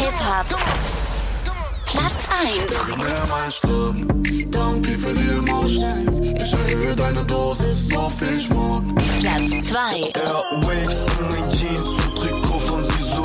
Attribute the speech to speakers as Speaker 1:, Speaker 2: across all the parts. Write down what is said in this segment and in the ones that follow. Speaker 1: Hip-Hop. Platz 1.
Speaker 2: Gib mir meinen Schluck, danke für die Emotions. Ich erhöhe deine Dosis, so viel Schmuck.
Speaker 1: Platz 2.
Speaker 2: Airwaves, in Jeans und Trikot von Sisu.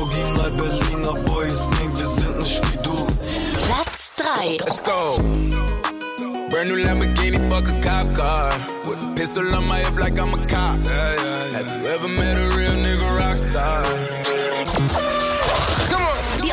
Speaker 2: Original Berliner Boys, nee, wir sind nicht wie du.
Speaker 1: Platz 3.
Speaker 3: Let's go. Brand new Lamborghini, fuck a cop car. With a pistol on my hip like I'm a cop. Have you ever met a real nigga rock star?
Speaker 1: Die